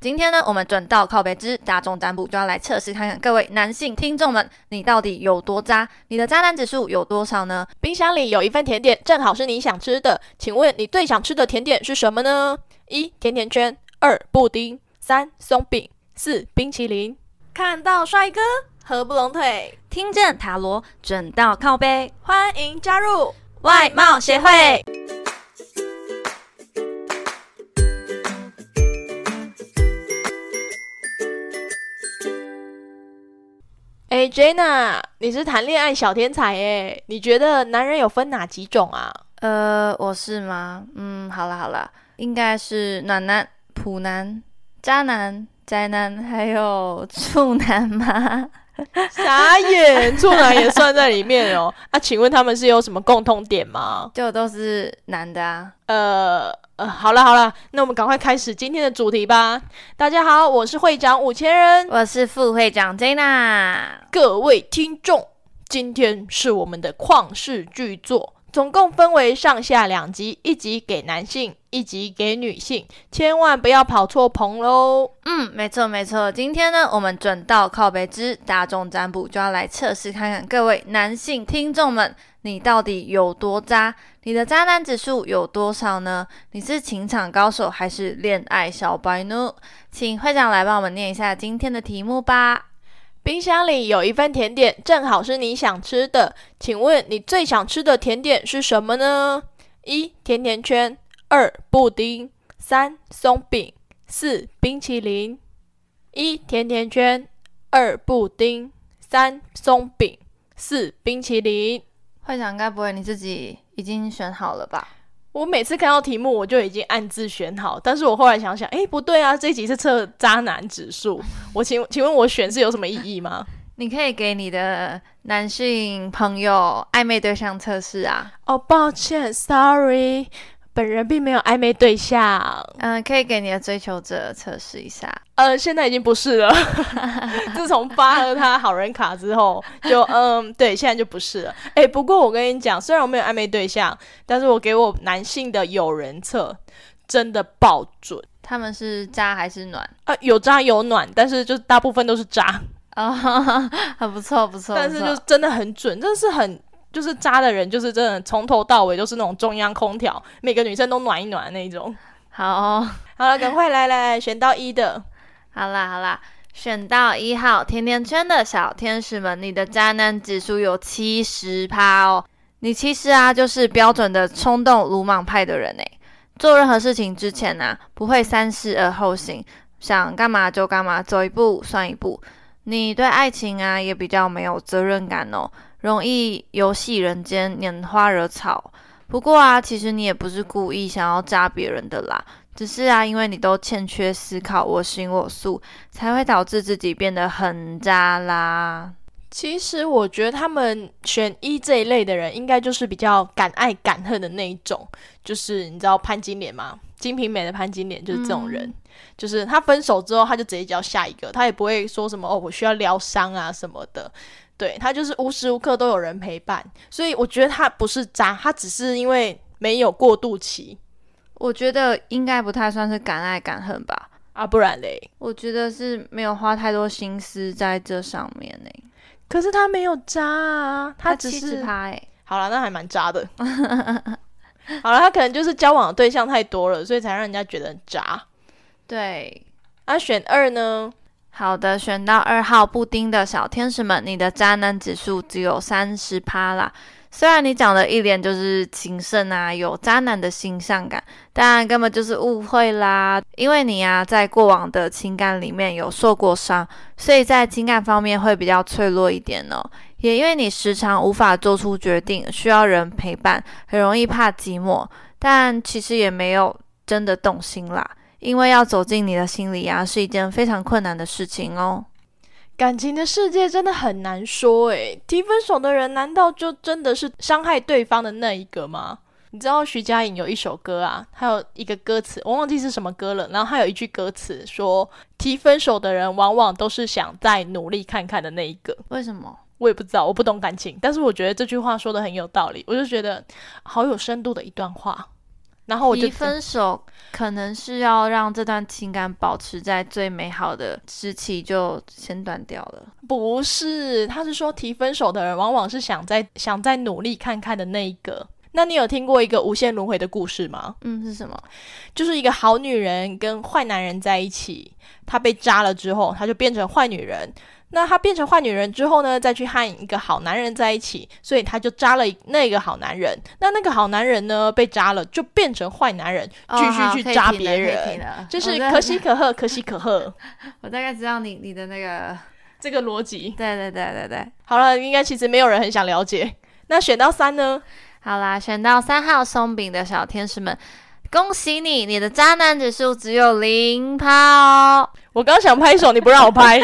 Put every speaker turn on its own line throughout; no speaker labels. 今天呢，我们转到靠北之大众占卜，就要来测试看看各位男性听众们，你到底有多渣，你的渣男指数有多少呢？
冰箱里有一份甜点，正好是你想吃的，请问你最想吃的甜点是什么呢？一甜甜圈，二布丁，三松饼，四冰淇淋。看到帅哥，合不拢腿，
听见塔罗，转到靠北
欢迎加入。
外貌协会。
哎、j e n a 你是谈恋爱小天才哎，你觉得男人有分哪几种啊？
呃，我是吗？嗯，好了好了，应该是暖男、普男、渣男、宅男，还有处男吗？
傻 眼，处男也算在里面哦。啊，请问他们是有什么共通点吗？
就都是男的啊。
呃呃，好了好了，那我们赶快开始今天的主题吧。大家好，我是会长五千人，
我是副会长 Jenna。
各位听众，今天是我们的旷世巨作。总共分为上下两集，一集给男性，一集给女性，千万不要跑错棚喽！
嗯，没错没错。今天呢，我们转到靠北之大众占卜，就要来测试看看各位男性听众们，你到底有多渣？你的渣男指数有多少呢？你是情场高手还是恋爱小白呢？请会长来帮我们念一下今天的题目吧。
冰箱里有一份甜点，正好是你想吃的，请问你最想吃的甜点是什么呢？一甜甜圈，二布丁，三松饼，四冰淇淋。一甜甜圈，二布丁，三松饼，四冰淇淋。
会长，该不会你自己已经选好了吧？
我每次看到题目，我就已经暗自选好，但是我后来想想，诶，不对啊，这一集是测渣男指数，我请请问我选是有什么意义吗？
你可以给你的男性朋友暧昧对象测试啊，
哦，抱歉，sorry，本人并没有暧昧对象，
嗯、可以给你的追求者测试一下。
呃，现在已经不是了。自从发了他好人卡之后，就嗯，对，现在就不是了。哎、不过我跟你讲，虽然我没有暧昧对象，但是我给我男性的友人测真的爆准，
他们是渣还是暖？
呃，有渣有暖，但是就大部分都是渣，
哦，很不错不错，
但是
不
就
错
真的很准，真的是很。就是渣的人，就是真的从头到尾都是那种中央空调，每个女生都暖一暖的那一种。
好哦、
好了，赶快来来来，选到一的。
好啦好啦，选到一号甜甜圈的小天使们，你的渣男指数有七十趴哦。你其实啊，就是标准的冲动鲁莽派的人诶。做任何事情之前呢、不会三思而后行，想干嘛就干嘛，走一步算一步。你对爱情啊，也比较没有责任感哦，容易游戏人间，拈花惹草。不过啊，其实你也不是故意想要扎别人的啦，只是啊，因为你都欠缺思考，我行我素，才会导致自己变得很渣啦。
其实我觉得他们选一这一类的人，应该就是比较敢爱敢恨的那一种，就是你知道潘金莲吗？《金瓶梅》的潘金莲就是这种人，就是他分手之后，他就直接交下一个，他也不会说什么哦，我需要疗伤啊什么的。对他就是无时无刻都有人陪伴，所以我觉得他不是渣，他只是因为没有过渡期
我觉得应该不太算是敢爱敢恨吧，
啊，不然嘞。
我觉得是没有花太多心思在这上面呢、
可是他没有渣啊，他只
七十
是
趴哎，
好了，那还蛮渣的。 好了，他可能就是交往的对象太多了，所以才让人家觉得很渣。
对。
那、选二呢？
好的，选到二号布丁的小天使们，你的渣男指数只有三十趴啦。虽然你长得一脸就是情圣啊，有渣男的形象感，但根本就是误会啦。因为你啊，在过往的情感里面有受过伤，所以在情感方面会比较脆弱一点哦。也因为你时常无法做出决定，需要人陪伴，很容易怕寂寞，但其实也没有真的动心啦。因为要走进你的心里啊，是一件非常困难的事情哦。
感情的世界真的很难说诶、提分手的人难道就真的是伤害对方的那一个吗？你知道徐佳莹有一首歌啊，还有一个歌词，我忘记是什么歌了。然后还有一句歌词说，提分手的人往往都是想再努力看看的那一个。
为什么？
我也不知道，我不懂感情，但是我觉得这句话说的很有道理，我就觉得好有深度的一段话。然后我
提
就
哦分手可能是要让这段情感保持在最美好的时期，就先断掉了。
不是，他是说提分手的人往往是想再想再努力看看的那一个。那你有听过一个无限轮回的故事吗？
嗯，是什么？
就是一个好女人跟坏男人在一起，她被渣了之后，她就变成坏女人。那她变成坏女人之后呢，再去和一个好男人在一起，所以她就渣了那个好男人。那那个好男人呢，被渣了就变成坏男人，
哦
继
好
续
可
去
以
渣
停
别
了可以
人
停了哦
就是
我大
可喜 可贺，可喜可贺
我大概知道你你的那个，
这个逻辑。
对对对对对。
好了，应该其实没有人很想了解。那选到三呢？
好啦，选到三号松饼的小天使们，恭喜你，你的渣男指数只有零趴哦。
我刚想拍手，你不让我拍。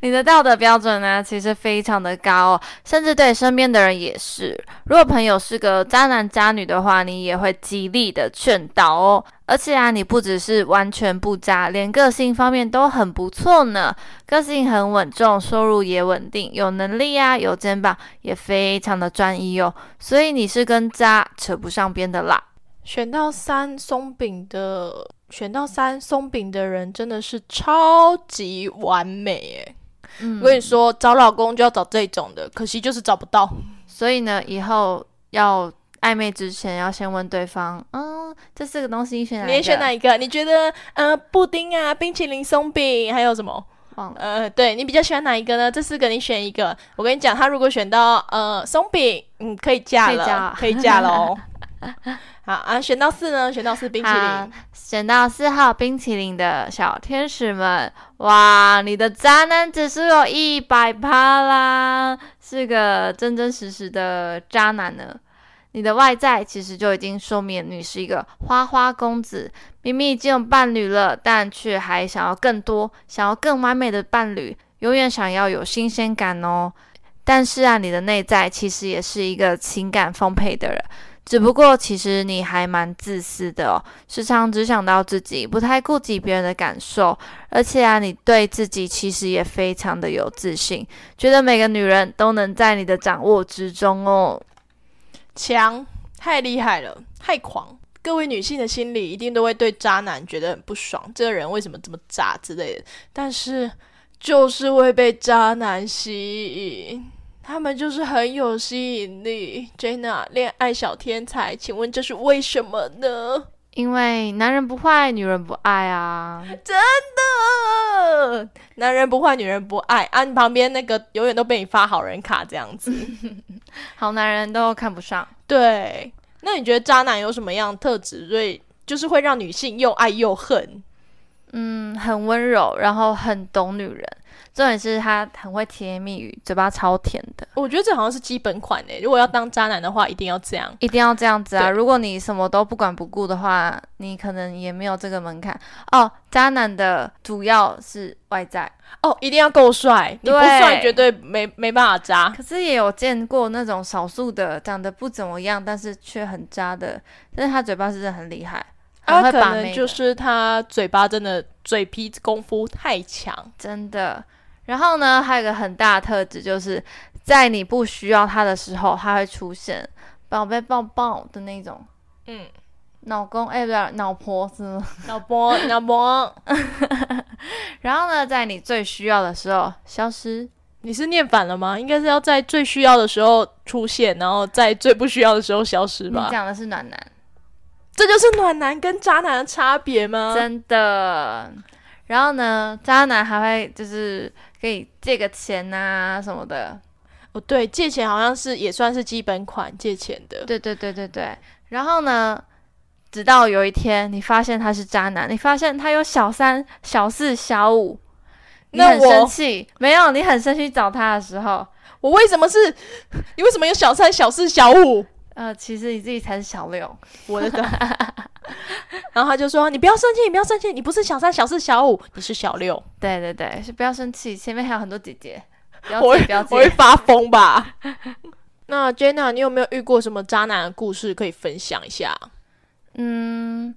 你的道德标准呢，其实非常的高、哦，甚至对身边的人也是。如果朋友是个渣男渣女的话，你也会极力的劝导哦。而且啊，你不只是完全不渣，连个性方面都很不错呢。个性很稳重，收入也稳定，有能力啊，有肩膀，也非常的专一哦。所以你是跟渣扯不上边的啦。
选到三松饼的，选到三松饼的人真的是超级完美耶！
嗯
我跟你说，找老公就要找这种的，可惜就是找不到。
所以呢，以后要暧昧之前要先问对方，嗯，这四个东西你选哪一
你
个？
也选哪一个？你觉得呃，布丁啊，冰淇淋松饼，还有什么？
忘了。
呃，对你比较喜欢哪一个呢？这四个你选一个。我跟你讲，他如果选到呃松饼，嗯，可以嫁了，可以嫁了 哦。好啊，选到四呢？选到四冰淇
好
淋，
选到四号冰淇淋的小天使们，哇，你的渣男指数有一百趴啦，是个真真实实的渣男呢。你的外在其实就已经说明你是一个花花公子，明明已经有伴侣了，但却还想要更多，想要更完美的伴侣，永远想要有新鲜感哦。但是啊，你的内在其实也是一个情感丰沛的人，只不过其实你还蛮自私的哦，时常只想到自己，不太顾及别人的感受，而且啊，你对自己其实也非常的有自信，觉得每个女人都能在你的掌握之中哦。
强，太厉害了，太狂。各位女性的心里一定都会对渣男觉得很不爽，这个人为什么这么渣之类的。但是就是会被渣男吸引，他们就是很有吸引力。Jenna，恋爱小天才，请问这是为什么呢？
因为男人不坏，女人不爱啊。
真的，男人不坏，女人不爱啊！你旁边那个永远都被你发好人卡这样子。
好男人都看不上。
对，那你觉得渣男有什么样的特质，所以就是会让女性又爱又恨？
嗯，很温柔，然后很懂女人。重点是他很会甜言蜜语，嘴巴超甜的，
我觉得这好像是基本款诶、欸如果要当渣男的话，一定要这样。
一定要这样子啊！
对
如果你什么都不管不顾的话，你可能也没有这个门槛哦。渣男的主要是外在，
哦，一定要够帅，你不
对
帅绝对没没办法渣。
可是也有见过那种少数的长得不怎么样，但是却很渣的，但是他嘴巴是真的很厉害，很
他
会
可
把
能
妹
就
的，
是他嘴巴真的嘴皮功夫太强，
真的。然后呢，还有一个很大的特质，就是在你不需要他的时候，他会出现宝贝抱抱的那种。
嗯，
老公，哎、不对，老婆是吗？
老 婆老婆，
然后呢，在你最需要的时候消失。
你是念反了吗？应该是要在最需要的时候出现，然后在最不需要的时候消失
你
吧？
讲的是暖男，
这就是暖男跟渣男的差别吗？
真的。然后呢，渣男还会就是给你借个钱呐、什么的。
哦，对，借钱好像是也算是基本款借钱的。
对对对对对。然后呢，直到有一天你发现他是渣男，你发现他有小三、小四、小五，你
那
很生
我
气。没有，你很生气找他的时候，
我为什么是？你为什么有小三、小四、小五？
呃，其实你自己才是小六。
我的个！ 然后他就说：“你不要生气，你不要生气，你不是小三、小四、小五，你是小六。
对对对，是不要生气，前面还有很多姐姐，不要
我
急，不要”急
我。会发疯吧？ 那 Jenna，你有没有遇过什么渣男的故事可以分享一下？
嗯，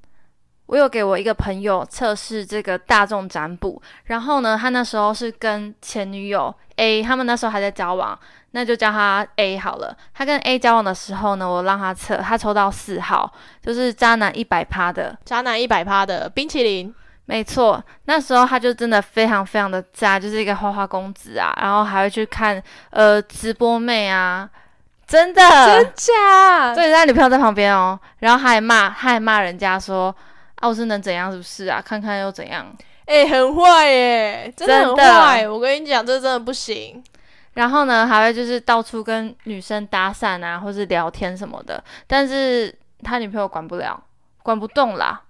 我有给我一个朋友测试这个大众占卜，然后呢，他那时候是跟前女友 A，他们那时候还在交往，那就叫他 A 好了。他跟 A 交往的时候呢，我让他测，他抽到四号，就是渣男一百趴的，
渣男一百趴的冰淇淋，
没错，那时候他就真的非常非常的渣，就是一个花花公子啊，然后还会去看呃直播妹啊，真的，
真假？
对，他女朋友在旁边哦，然后还骂，他还骂人家说啊，我是能怎样是不是啊？看看又怎样？
哎、很坏耶，真的很
真的
坏。我跟你讲，这真的不行。
然后呢，还会就是到处跟女生搭讪啊，或是聊天什么的，但是他女朋友管不了，管不动啦。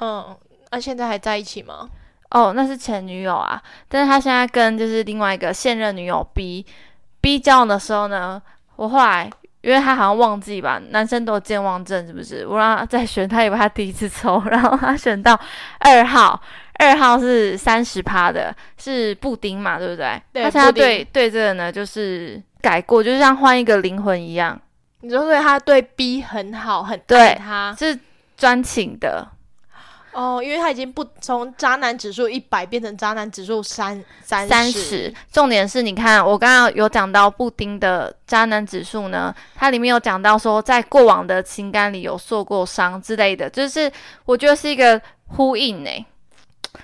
嗯，那、现在还在一起吗？
哦，那是前女友啊，但是他现在跟就是另外一个现任女友 B，B 交往的时候呢，我后来因为他好像忘记吧，男生都有健忘症是不是？我让他再选，他以为他第一次抽， 然后他选到二号，二号是三十趴的，是布丁嘛，对不对？
对
他现在
布丁
对对这个呢，就是改过，就像换一个灵魂一样，
你说对他对 B 很好，很
对
爱他
是专情的，
哦，因为他已经不从渣男指数一百变成渣男指数三三
三十。重点是你看，我刚刚有讲到布丁的渣男指数呢，它里面有讲到说，在过往的情感里有受过伤之类的，就是我觉得是一个呼应诶、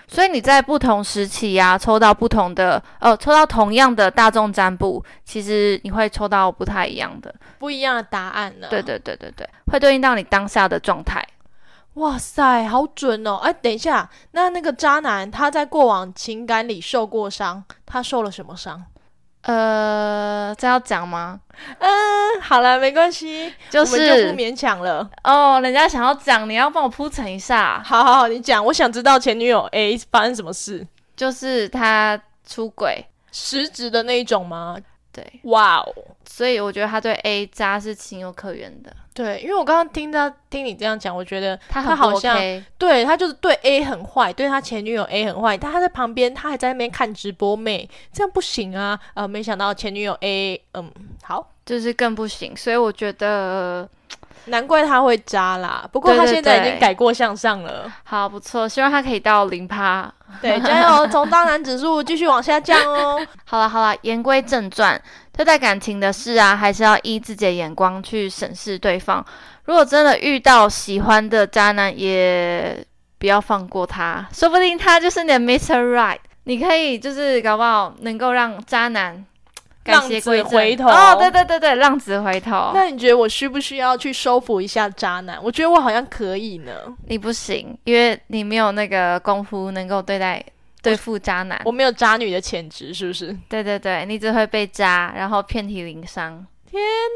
所以你在不同时期呀、抽到不同的，呃，抽到同样的大众占卜，其实你会抽到不太一样的。
不一样的答案了。
对，对对对对，会对应到你当下的状态。
哇塞，好准哦！哎、等一下，那那个渣男他在过往情感里受过伤，他受了什么伤？
呃，这要讲吗？
嗯，好了，没关系，
就
我们就不
是
勉强了。
哦，人家想要讲，你要帮我铺陈一下。啊
好好好，你讲，我想知道前女友 A 发生什么事，
就是他出轨，
实质的那一种吗？
对，
哇哦！
所以我觉得他对 A 渣是情有可原的，
对，因为我刚刚听他听你这样讲，我觉得
他
他
很不
好像
OK，
对他就是对 A 很坏，对他前女友 A 很坏，但他在旁边，他还在那边看直播妹，这样不行啊！呃，没想到前女友 A，嗯，好，
就是更不行。所以我觉得
难怪他会渣啦。不过
对
他
对
现在已经
对
改过向上了，
好不错，希望他可以到零趴。
对，加 油，从渣男指数继续往下降哦。
好了好了，言归正传，对待感情的事啊，还是要依自己的眼光去审视对方。如果真的遇到喜欢的渣男，也不要放过他，说不定他就是你的 Mr. Right。你可以就是搞不好能够让渣男改邪归
浪
正
子回头
哦，对对对对，浪子回头。
那你觉得我需不需要去收服一下渣男？我觉得我好像可以呢，
你不行，因为你没有那个功夫能够对待对付渣男。
我没有渣女的潜质，是不是？
对对对，你只会被渣，然后遍体鳞伤。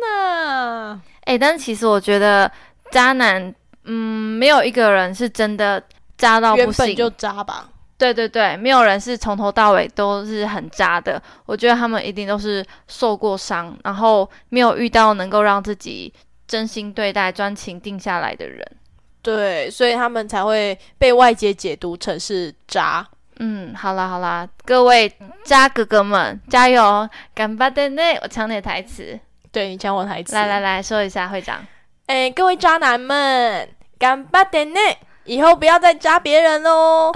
那
哎、但其实我觉得渣男，嗯，没有一个人是真的渣到不
原本
行。
就渣吧。
对对对，没有人是从头到尾都是很渣的。我觉得他们一定都是受过伤，然后没有遇到能够让自己真心对待、专情定下来的人。
对，所以他们才会被外界解读成是渣。
嗯，好啦好啦，各位渣哥哥们，加油哦！干巴的内，我抢你的台词，
对你讲我台词，
来来，来说一下会长。
哎，各位渣男们，干巴点呢，以后不要再渣别人 喽。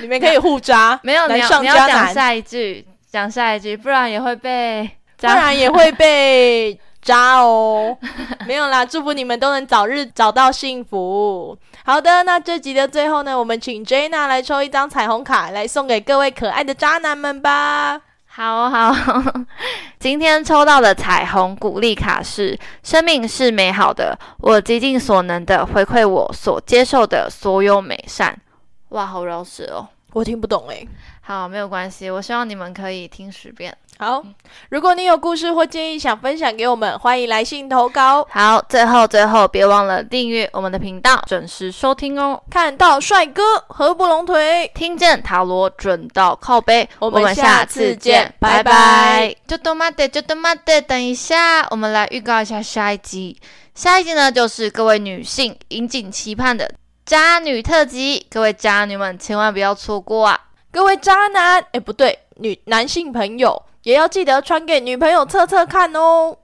你们可以互渣，
没有，你
难
要
上
你要
加
讲
难
下一句，讲下一句，不然也会被
不
渣
然也会被渣哦。 没有啦，祝福你们都能早日找到幸福。好的，那这集的最后呢，我们请 Jana 来抽一张彩虹卡，来送给各位可爱的渣男们吧。
好哦好哦，今天抽到的彩虹鼓励卡是：生命是美好的，我竭尽所能的回馈我所接受的所有美善。哇，好饶舌哦！
我听不懂哎、
好，没有关系，我希望你们可以听十遍。
好，如果你有故事或建议想分享给我们，欢迎来信投稿。
好，最后最后，别忘了订阅我们的频道，准时收听哦。
看到帅哥合不拢腿，
听见塔罗准到靠背，
我
我
们
们
下
下
次
次
见
见，拜
拜拜
拜。就多妈的，就多妈的，等一下，我们来预告一下下一集。下一集呢，就是各位女性引颈期盼的渣女特辑，各位渣女们千万不要错过啊！
各位渣男，哎，不对，女男性朋友也要记得传给女朋友测测看哦。